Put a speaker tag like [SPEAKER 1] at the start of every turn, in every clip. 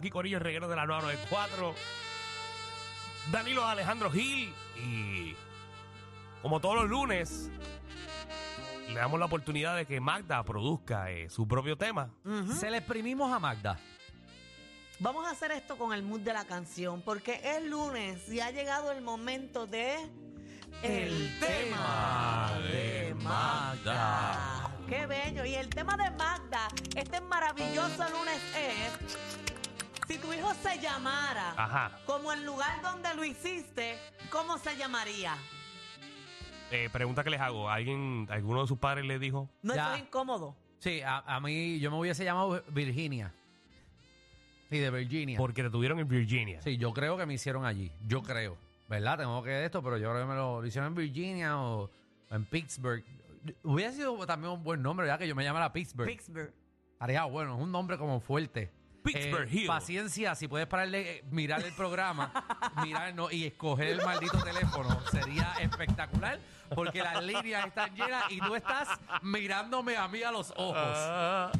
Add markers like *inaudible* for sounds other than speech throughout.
[SPEAKER 1] Aquí Corillo, el reguero de la 994. Danilo Alejandro Gil. Y como todos los lunes, le damos la oportunidad de que Magda produzca eh, su propio tema.
[SPEAKER 2] Se le exprimimos a Magda.
[SPEAKER 3] Vamos a hacer esto con el mood de la canción, porque es lunes y ha llegado el momento de.
[SPEAKER 2] El tema de Magda.
[SPEAKER 3] ¡Qué bello! Y el tema de Magda, este maravilloso lunes es. Si tu hijo se llamara
[SPEAKER 1] Ajá.
[SPEAKER 3] como el lugar donde lo hiciste, ¿cómo se llamaría?
[SPEAKER 1] Eh, pregunta que les hago. ¿Alguien, alguno de sus padres le dijo?
[SPEAKER 3] No
[SPEAKER 2] Ya.
[SPEAKER 3] eso es incómodo.
[SPEAKER 2] Sí, a, a mí yo me hubiese llamado Virginia. Sí, de Virginia.
[SPEAKER 1] Porque te tuvieron en Virginia.
[SPEAKER 2] Sí, yo creo que me hicieron allí. Yo creo. ¿Verdad? Tengo que de esto, pero yo creo que me lo, lo hicieron en Virginia o en Pittsburgh. Hubiera sido también un buen nombre, ¿verdad? Que yo me llamara Pittsburgh.
[SPEAKER 3] Pittsburgh.
[SPEAKER 2] Estaría bueno, es un nombre como fuerte. Eh,
[SPEAKER 1] Pittsburgh Hill.
[SPEAKER 2] Paciencia, si puedes pararle, eh, mirar el programa, *laughs* mirarnos y escoger el maldito teléfono, sería espectacular, porque las líneas están llenas y tú estás mirándome a mí a los ojos.
[SPEAKER 1] Ah.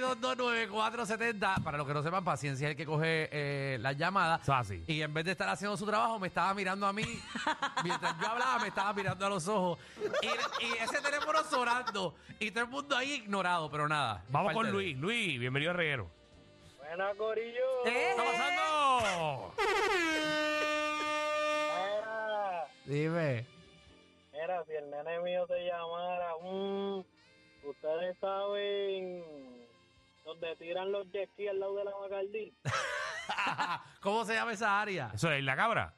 [SPEAKER 2] 6229470, para los que no sepan, paciencia es el que coge eh, las llamadas.
[SPEAKER 1] Eso es así.
[SPEAKER 2] Y en vez de estar haciendo su trabajo, me estaba
[SPEAKER 1] *laughs*
[SPEAKER 2] mirando a mí. Mientras yo hablaba, me estaba mirando a los ojos. Y, y ese teléfono sonando. Y todo el mundo ahí ignorado, pero nada.
[SPEAKER 1] Vamos
[SPEAKER 2] Parte de-
[SPEAKER 1] con Luis. Luis, bienvenido al reguero.
[SPEAKER 4] Buena Corillo.
[SPEAKER 3] Eh.
[SPEAKER 1] ¿Qué está pasando?
[SPEAKER 4] Era,
[SPEAKER 2] Dime.
[SPEAKER 4] era, si el nene mío te llamara, mm, ustedes saben donde tiran los jet ski al lado de la
[SPEAKER 2] *laughs*
[SPEAKER 4] Macardí.
[SPEAKER 2] ¿Cómo se llama esa área?
[SPEAKER 1] Eso es la cabra.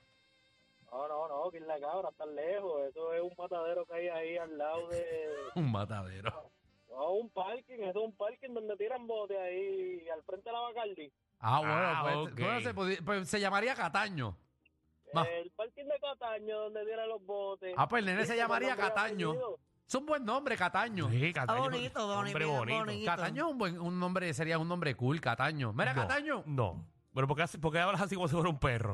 [SPEAKER 4] No, no, no, que es la cabra, está lejos. Eso es un matadero que hay ahí al lado de.
[SPEAKER 2] *laughs* Un matadero.
[SPEAKER 4] No, un parking, eso es un parking donde tiran bote ahí al frente de la Macardí.
[SPEAKER 2] Ah, bueno,
[SPEAKER 1] Ah,
[SPEAKER 2] pues,
[SPEAKER 1] ok.
[SPEAKER 2] bueno, se, podía- pues, se llamaría Cataño. Ma-
[SPEAKER 4] El parking de Cataño donde tiran los botes.
[SPEAKER 2] Ah, pues el nene se
[SPEAKER 4] Sí,
[SPEAKER 2] llamaría
[SPEAKER 4] nombre y
[SPEAKER 2] Cataño. *laughs*
[SPEAKER 4] apellido.
[SPEAKER 2] Es un buen nombre, Cataño.
[SPEAKER 1] Sí, Cataño,
[SPEAKER 3] bonito, bonito,
[SPEAKER 1] Hombre
[SPEAKER 3] bien
[SPEAKER 1] bonito.
[SPEAKER 3] bonito.
[SPEAKER 2] Cataño es un buen un nombre, sería un nombre cool, Cataño. Mira,
[SPEAKER 1] No,
[SPEAKER 2] Cataño.
[SPEAKER 1] No. Pero ¿por qué, hace- por qué hablas así como si fuera un
[SPEAKER 3] *laughs*
[SPEAKER 1] perro?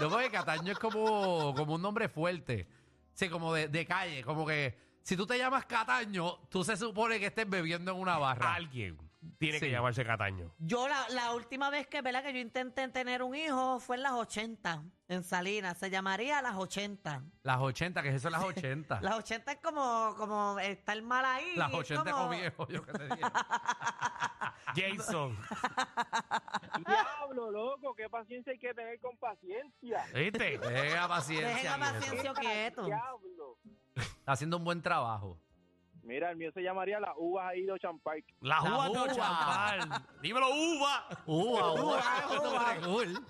[SPEAKER 2] Luego que Cataño es como, como un nombre fuerte. Sí, como de, de calle. Como que si tú te llamas Cataño, tú se supone que estés bebiendo en una barra.
[SPEAKER 1] Alguien tiene que
[SPEAKER 2] Sí.
[SPEAKER 1] llamarse Cataño.
[SPEAKER 3] Yo la, la última vez que, ¿verdad? que yo intenté tener un hijo fue en las 80, en Salinas. Se llamaría las 80.
[SPEAKER 2] Las 80, que eso es las 80.
[SPEAKER 3] Las 80 es como, como estar mal ahí.
[SPEAKER 2] las
[SPEAKER 3] es
[SPEAKER 2] 80
[SPEAKER 3] como-
[SPEAKER 2] con viejo, yo que te
[SPEAKER 3] *laughs*
[SPEAKER 2] digo. Ah.
[SPEAKER 1] Jason.
[SPEAKER 4] Diablo, loco, qué paciencia hay que tener con paciencia.
[SPEAKER 2] *laughs*
[SPEAKER 1] ¿Viste?
[SPEAKER 2] Tenga paciencia.
[SPEAKER 3] Dejen la
[SPEAKER 2] viejo.
[SPEAKER 3] paciencia quieto.
[SPEAKER 4] Diablo.
[SPEAKER 2] Está haciendo un buen trabajo.
[SPEAKER 4] Mira, el mío se llamaría las uvas ahí de Ocean Park.
[SPEAKER 1] La
[SPEAKER 2] La
[SPEAKER 1] uva
[SPEAKER 2] uva.
[SPEAKER 1] no chaval. Dímelo, uva.
[SPEAKER 2] Uva, uva,
[SPEAKER 3] Uva,
[SPEAKER 2] *laughs* eso es
[SPEAKER 3] uva.
[SPEAKER 2] re cool.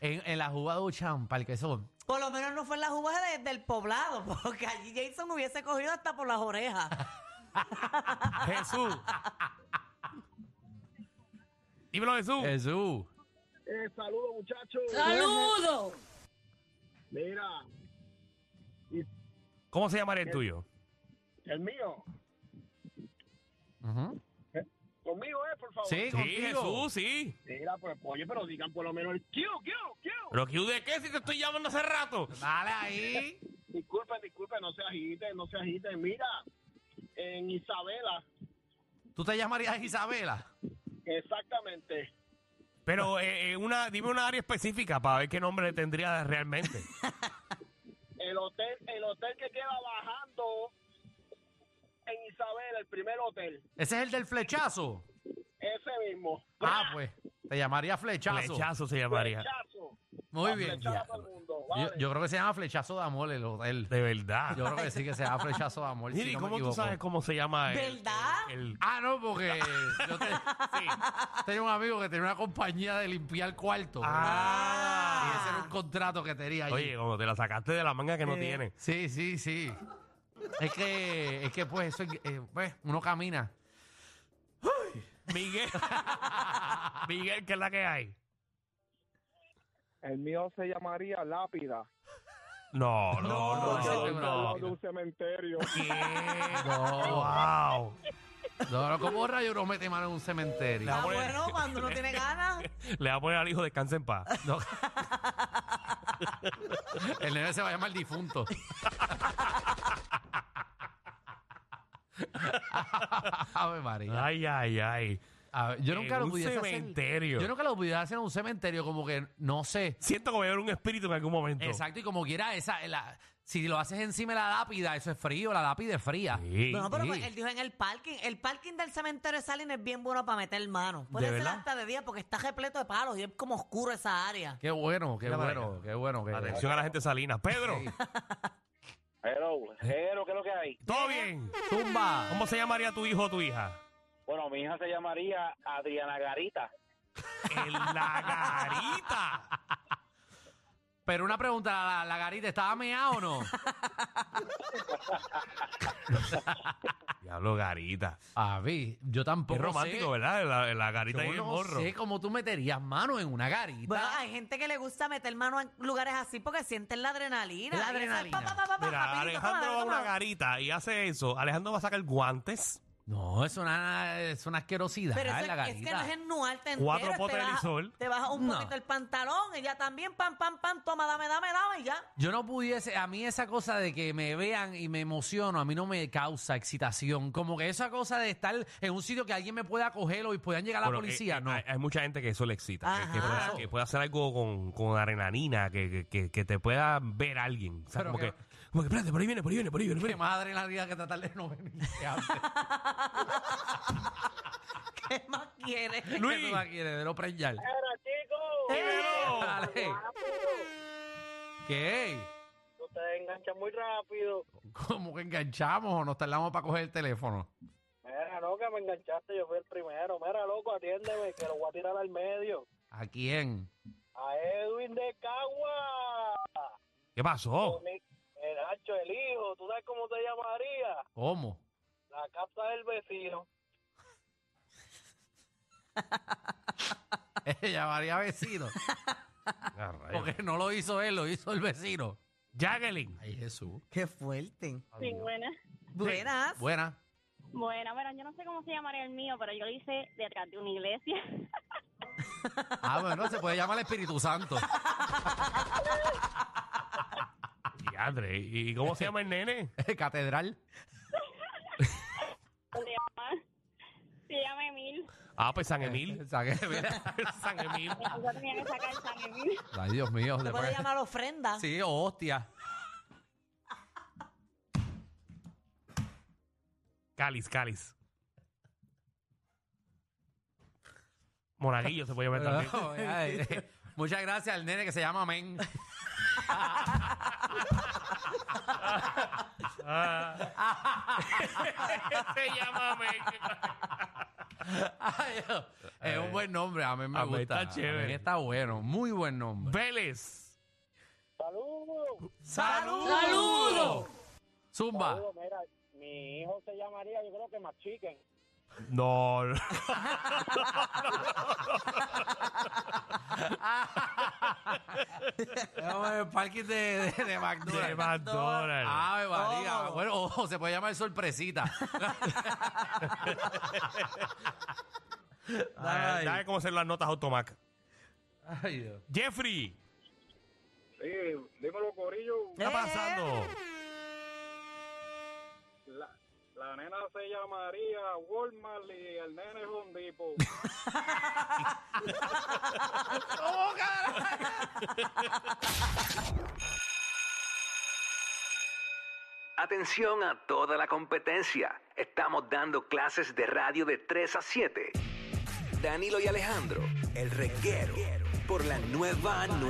[SPEAKER 2] En, en la uva de Uchampal, que eso.
[SPEAKER 3] Por lo menos no fue en las uvas de- del poblado, *laughs* porque allí Jason hubiese cogido hasta por las orejas.
[SPEAKER 1] Jesús.
[SPEAKER 3] *laughs*
[SPEAKER 1] Dímelo, Jesús.
[SPEAKER 2] Jesús.
[SPEAKER 4] Eh, saludos, muchachos.
[SPEAKER 3] ¡Saludo!
[SPEAKER 4] Mira,
[SPEAKER 1] ¿Cómo se llamaría el tuyo?
[SPEAKER 4] el mío.
[SPEAKER 2] Ujú.
[SPEAKER 4] Conmigo, eh, por favor.
[SPEAKER 2] Sí,
[SPEAKER 1] Sí,
[SPEAKER 2] contigo.
[SPEAKER 1] Jesús, sí.
[SPEAKER 4] Mira, pues, oye, pero digan por lo menos el Q, Q, Q.
[SPEAKER 1] ¿Pero que de qué si te estoy llamando hace rato?
[SPEAKER 2] Dale ahí.
[SPEAKER 4] Disculpen, disculpen, no se agiten, no se agiten. Mira, en Isabela,
[SPEAKER 2] ¿Tú te llamarías Isabela?
[SPEAKER 4] exactamente.
[SPEAKER 1] Pero eh, eh, una, dime una área específica para ver qué nombre le tendría realmente.
[SPEAKER 4] El hotel, el hotel que queda bajando en Isabela, el primer hotel.
[SPEAKER 2] Ese es el del flechazo.
[SPEAKER 4] Ese mismo.
[SPEAKER 2] Ah, pues. Te llamaría flechazo.
[SPEAKER 1] Flechazo se llamaría.
[SPEAKER 4] Flechazo.
[SPEAKER 2] Muy
[SPEAKER 4] La
[SPEAKER 2] bien.
[SPEAKER 4] flechada
[SPEAKER 2] Ya.
[SPEAKER 4] para el mundo,
[SPEAKER 2] Yo,
[SPEAKER 4] vale.
[SPEAKER 2] yo creo que se llama flechazo de amor el hotel.
[SPEAKER 1] De verdad.
[SPEAKER 2] Yo creo que sí que se llama flechazo de amor.
[SPEAKER 1] Mira,
[SPEAKER 2] si
[SPEAKER 1] ¿y
[SPEAKER 2] no me
[SPEAKER 1] cómo tú
[SPEAKER 2] equivoco.
[SPEAKER 1] sabes cómo se llama? el-
[SPEAKER 3] ¿Verdad?
[SPEAKER 1] el-
[SPEAKER 2] Ah, no, porque yo te-
[SPEAKER 1] *laughs* sí.
[SPEAKER 2] tenía un amigo que tenía una compañía de limpiar cuarto. Y ese era un contrato que tenía allí.
[SPEAKER 1] Ah. Oye, como te la sacaste de la manga que no
[SPEAKER 2] *laughs*
[SPEAKER 1] tiene.
[SPEAKER 2] Sí, sí, sí. Es que, es que pues, eso, es- eh, pues, uno camina.
[SPEAKER 1] Miguel. *laughs* Miguel, ¿qué es la que hay?
[SPEAKER 4] El mío se llamaría Lápida.
[SPEAKER 1] No, no,
[SPEAKER 2] No,
[SPEAKER 1] no,
[SPEAKER 2] sí,
[SPEAKER 1] Ah, no.
[SPEAKER 2] no.
[SPEAKER 4] de un cementerio.
[SPEAKER 2] No,
[SPEAKER 1] Wow.
[SPEAKER 2] no, no, como rayo uno mete mano en un cementerio.
[SPEAKER 3] Está
[SPEAKER 1] voy a-
[SPEAKER 3] bueno cuando uno tiene ganas.
[SPEAKER 1] Le va a poner al hijo descansa en paz.
[SPEAKER 2] No. El nene se va a llamar difunto. Ave María.
[SPEAKER 1] Ay, ay, ay.
[SPEAKER 2] A ver, yo
[SPEAKER 1] En
[SPEAKER 2] nunca lo
[SPEAKER 1] un
[SPEAKER 2] pudiese hacer-
[SPEAKER 1] cementerio.
[SPEAKER 2] Yo nunca lo pudiese hacer en un cementerio, como que no sé.
[SPEAKER 1] Siento que voy a ver un espíritu en algún momento.
[SPEAKER 2] Exacto, y como quiera, esa, la- si lo haces encima de la lápida, eso es frío, la lápida es fría.
[SPEAKER 1] Sí.
[SPEAKER 3] No, pero pues
[SPEAKER 2] sí.
[SPEAKER 3] él dijo en el parking. El parking del cementerio de Salin es bien bueno para meter mano. Puede
[SPEAKER 1] ¿De
[SPEAKER 3] ser
[SPEAKER 1] verdad?
[SPEAKER 3] hasta de día porque está repleto de palos y es como oscuro esa área.
[SPEAKER 2] Qué bueno, qué
[SPEAKER 1] Mira para
[SPEAKER 2] bueno, qué bueno. que-
[SPEAKER 1] Atención a la gente de Salinas. Pedro,
[SPEAKER 4] Hello, hello, ¿qué es lo que hay?
[SPEAKER 1] ¿todo bien?
[SPEAKER 2] Tumba.
[SPEAKER 1] ¿Cómo se llamaría tu hijo o tu hija?
[SPEAKER 4] Bueno, mi hija se llamaría Adriana Garita.
[SPEAKER 1] En la garita.
[SPEAKER 2] Pero una pregunta, ¿la, la garita estaba meada
[SPEAKER 1] *laughs*
[SPEAKER 2] o no?
[SPEAKER 1] Diablo, garita.
[SPEAKER 2] A ver, yo
[SPEAKER 1] Qué
[SPEAKER 2] tampoco
[SPEAKER 1] romántico,
[SPEAKER 2] sé.
[SPEAKER 1] ¿verdad? La, la garita y
[SPEAKER 2] Yo
[SPEAKER 1] el
[SPEAKER 2] no
[SPEAKER 1] morro.
[SPEAKER 2] sé cómo tú meterías mano en una garita.
[SPEAKER 3] Bueno, hay gente que le gusta meter mano en lugares así porque sienten la adrenalina. Y eso
[SPEAKER 2] La
[SPEAKER 3] es
[SPEAKER 2] adrenalina.
[SPEAKER 3] pa, pa, pa, pa,
[SPEAKER 1] Mira,
[SPEAKER 3] rapidito,
[SPEAKER 1] Alejandro va
[SPEAKER 3] toma,
[SPEAKER 1] a una
[SPEAKER 3] toma.
[SPEAKER 1] garita y hace eso. Alejandro va a sacar guantes,
[SPEAKER 2] No, es una, es una asquerosidad
[SPEAKER 3] Pero eso
[SPEAKER 2] la
[SPEAKER 3] es, es
[SPEAKER 2] garita.
[SPEAKER 3] que no es en nuarte entero.
[SPEAKER 1] Cuatro
[SPEAKER 3] te
[SPEAKER 1] potes de
[SPEAKER 3] baja-
[SPEAKER 1] lisol.
[SPEAKER 3] Te baja un
[SPEAKER 2] No.
[SPEAKER 3] poquito el pantalón, ella también, pam, pam, pam, toma, dame, dame, dame y ya. *laughs*
[SPEAKER 2] Yo no pudiese, a mí esa cosa de que me vean y me emociono, a mí no me causa excitación. Como que esa cosa de estar en un sitio que alguien me pueda cogerlo y puedan llegar
[SPEAKER 1] Bueno,
[SPEAKER 2] la policía,
[SPEAKER 1] eh, eh,
[SPEAKER 2] no.
[SPEAKER 1] Hay,
[SPEAKER 2] *laughs*
[SPEAKER 1] hay mucha gente que eso le excita. Que, que
[SPEAKER 3] Ajá.
[SPEAKER 1] pueda, que pueda hacer algo con, con adrenalina, que, que, que, que te pueda ver alguien. O sea,
[SPEAKER 2] Pero
[SPEAKER 1] como
[SPEAKER 2] que-
[SPEAKER 1] que, como que, espérate, por ahí viene, por ahí viene, por ahí viene. por ahí
[SPEAKER 2] Qué madre la vida que tratar de no venir antes.
[SPEAKER 3] ¿Qué más quieres?
[SPEAKER 1] *laughs*
[SPEAKER 2] ¿Qué
[SPEAKER 1] Luis.
[SPEAKER 2] tú más quieres de no preñar?
[SPEAKER 4] ¡Era, chicos!
[SPEAKER 1] viene.
[SPEAKER 2] Dale. ¿Qué?
[SPEAKER 4] Ustedes enganchan muy rápido.
[SPEAKER 2] ¿Cómo que enganchamos o nos tardamos para coger el teléfono?
[SPEAKER 4] Mira, no, que me enganchaste, yo fui el primero. Mira, loco, atiéndeme, que lo voy a tirar al medio.
[SPEAKER 2] ¿A quién?
[SPEAKER 4] A Edwin de Cagua.
[SPEAKER 1] ¿Qué pasó?
[SPEAKER 2] *laughs*
[SPEAKER 4] Con mi- El hacho, el hijo, ¿tú sabes cómo te llamaría?
[SPEAKER 2] ¿Cómo? *laughs*
[SPEAKER 4] La casa del vecino.
[SPEAKER 2] Llamaría vecino.
[SPEAKER 1] Ah, rayos.
[SPEAKER 2] Porque no lo hizo él, lo hizo el vecino.
[SPEAKER 1] Jacqueline.
[SPEAKER 2] Ay, Jesús.
[SPEAKER 3] Qué fuerte.
[SPEAKER 5] Sí, buena.
[SPEAKER 3] Buenas.
[SPEAKER 2] Buena.
[SPEAKER 5] Buena, bueno, yo no sé cómo se llamaría el mío, pero yo lo hice detrás de una iglesia. *laughs*
[SPEAKER 2] Ah, bueno, se puede llamar el Espíritu Santo.
[SPEAKER 1] *laughs*
[SPEAKER 2] Ah,
[SPEAKER 1] *laughs* Y André, ¿y cómo se llama el
[SPEAKER 2] *laughs*
[SPEAKER 1] nene?
[SPEAKER 2] Catedral.
[SPEAKER 5] Se llama, se llama Emil.
[SPEAKER 1] Ah, pues
[SPEAKER 2] Este
[SPEAKER 1] San Emil. *laughs* pues
[SPEAKER 2] Saqué, mira.
[SPEAKER 1] San Emil.
[SPEAKER 5] Yo tenía que sacar San Emil.
[SPEAKER 2] Ay, Dios mío.
[SPEAKER 3] Te
[SPEAKER 2] después-
[SPEAKER 3] puede llamar ofrenda.
[SPEAKER 2] pues. Sí, o hostia.
[SPEAKER 1] Cáliz, cáliz. Monaguillo se puede llamar también. *laughs*
[SPEAKER 2] *laughs* No, ay, eh, Muchas gracias al nene que se llama Men.
[SPEAKER 1] se llama
[SPEAKER 2] Ay, oh, es un buen nombre, a mí me
[SPEAKER 1] Eh, Amén,
[SPEAKER 2] gusta.
[SPEAKER 1] está chévere.
[SPEAKER 2] Amén está bueno, muy buen nombre.
[SPEAKER 1] Vélez.
[SPEAKER 4] ¡Saludos!
[SPEAKER 1] ¡Saludos! Oh.
[SPEAKER 3] ¡Saludos!
[SPEAKER 2] Zumba.
[SPEAKER 4] Saludos, Mira, mi hijo se llamaría, yo creo que más chicken.
[SPEAKER 1] No, no.
[SPEAKER 2] Vamos el parking de, de, de
[SPEAKER 1] de
[SPEAKER 2] McDonald's.
[SPEAKER 1] McDonald's.
[SPEAKER 2] Ave María.
[SPEAKER 3] Todo.
[SPEAKER 2] Bueno, o se puede llamar sorpresita.
[SPEAKER 1] Dale, dale cómo hacer las notas automac.
[SPEAKER 2] Ay, Dios.
[SPEAKER 1] Jeffrey,
[SPEAKER 4] Sí, dímelo, Corillo.
[SPEAKER 1] ¿qué está
[SPEAKER 3] Eh.
[SPEAKER 1] pasando?
[SPEAKER 4] La, la nena se llamaría Walmart y el nene es Hondipo.
[SPEAKER 6] Atención a toda la competencia. Estamos dando clases de radio de 3 a 7. Danilo y Alejandro, el reguero, por la nueva nueva.